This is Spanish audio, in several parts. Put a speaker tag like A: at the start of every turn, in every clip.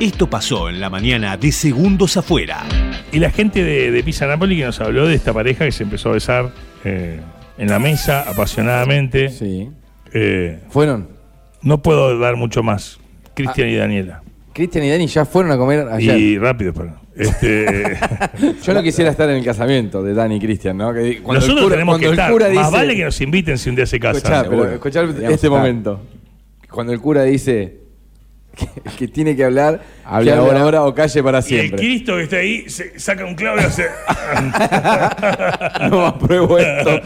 A: Esto pasó en la mañana de Segundos Afuera.
B: Y la gente de, de Pisa Napoli que nos habló de esta pareja que se empezó a besar eh, en la mesa apasionadamente.
C: Sí.
B: Eh,
C: Fueron.
B: no puedo dar mucho más. Cristian y Daniela.
C: Cristian y Dani ya fueron a comer Ah, ayer.
B: Y rápido, perdón. Este,
C: Yo no quisiera estar en el casamiento de Dani y Cristian, ¿no? Que cuando el
B: nosotros
C: cura-
B: tenemos que
C: cuando el
B: estar.
C: cura
B: Más
C: dice-
B: vale que nos inviten si un día se
C: Escuchá,
B: casan.
C: pero escuchá
D: Deberíamos
C: este
D: estar.
C: momento. Cuando el cura dice que, que tiene que hablar,
D: Hable
C: que hable
D: ahora.
C: ahora o calle
B: Y
C: para
B: el
C: siempre.
B: Cristo que está ahí se saca un clavo y hace.
C: No apruebo esto.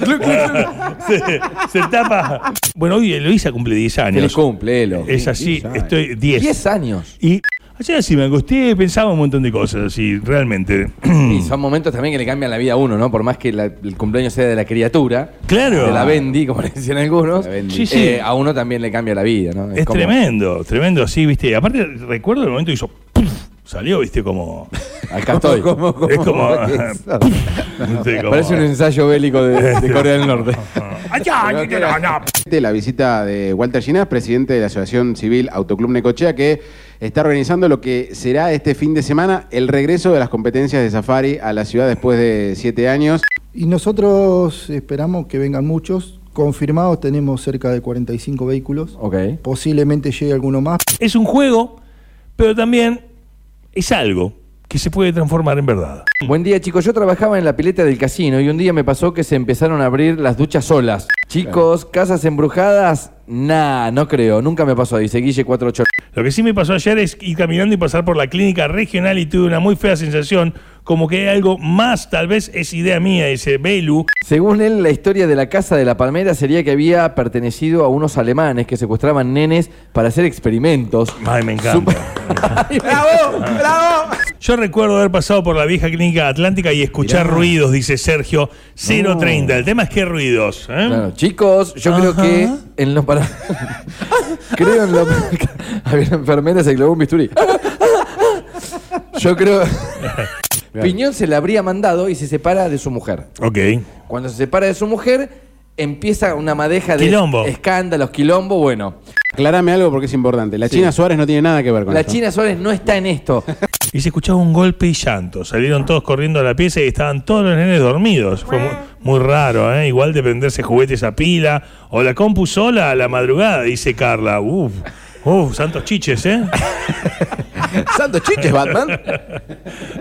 B: se, se tapa. Bueno, hoy Eloisa cumple 10
C: Feliz
B: años.
C: cumple, Elo.
B: Es así, estoy 10.
C: 10 años.
B: Y ayer así me acosté, pensaba un montón de cosas, así, realmente.
C: Y son momentos también que le cambian la vida a uno, ¿no? Por más que la- el cumpleaños sea de la criatura,
B: Claro.
C: de la Bendy, como le decían algunos,
D: La Bendy.
B: Sí, sí.
C: eh, a uno también le cambia la vida, ¿no?
B: es
C: como-
B: tremendo, tremendo, así, viste. Aparte, recuerdo el momento que hizo. ¡puf! Salió, viste, como.
C: Acá estoy.
D: ¿Cómo, cómo,
B: Es como.
D: eso?
B: viste, como-
C: Parece un ensayo bélico de, de Corea del Norte.
B: Allá,
D: Pero
B: allá, allá.
D: De La visita de Walter Ginás, presidente de la Asociación Civil Autoclub Necochea, que está organizando lo que será este fin de semana el regreso de las competencias de safari a la ciudad después de siete años.
E: Y nosotros esperamos que vengan muchos. Confirmados tenemos cerca de 45 vehículos.
C: ok.
E: Posiblemente llegue alguno más.
B: Es un juego, pero también es algo que se puede transformar en verdad.
C: Buen día, chicos. Yo trabajaba en la pileta del casino y un día me pasó que se empezaron a abrir las duchas solas. Chicos, casas embrujadas, nah, no creo. Nunca me pasó, dice Guille 48.
B: Lo que sí me pasó ayer es ir caminando y pasar por la clínica regional y tuve una muy fea sensación, como que hay algo más, tal vez es idea mía, dice Belu.
C: Según él, la historia de la casa de la palmera sería que había pertenecido a unos alemanes que secuestraban nenes para hacer experimentos.
B: Ay, me encanta.
C: ¡Bravo! ¡Bravo!
B: Yo recuerdo haber pasado por la vieja clínica atlántica y escuchar ruidos, dice Sergio 030. El tema es qué ruidos. ¿eh?
C: Claro, chicos, yo creo que en los para... creo en los... Había una enfermera, se clavó un bisturí. yo creo... Piñón se la habría mandado y se separa de su mujer.
B: Ok.
C: Cuando se separa de su mujer, empieza una madeja de
B: Quilombo.
C: escándalos, quilombo, bueno.
D: Aclárame algo porque es importante. La
C: Sí.
D: China Suárez no tiene nada que ver con
C: La
D: esto.
C: China Suárez no está en esto.
B: Y se escuchaba un golpe y llanto. Salieron todos corriendo a la pieza y estaban todos los nenes dormidos. Fue muy, muy raro, ¿eh? Igual de prenderse juguetes a pila. O la compu sola a la madrugada, dice Carla. Uf, uf, santos chiches, ¿eh?
C: Santo chiches, Batman.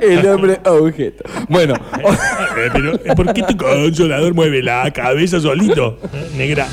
C: El hombre objeto. Bueno,
B: Eh, Pero, ¿por qué tu consolador mueve la cabeza solito? Eh, Negra.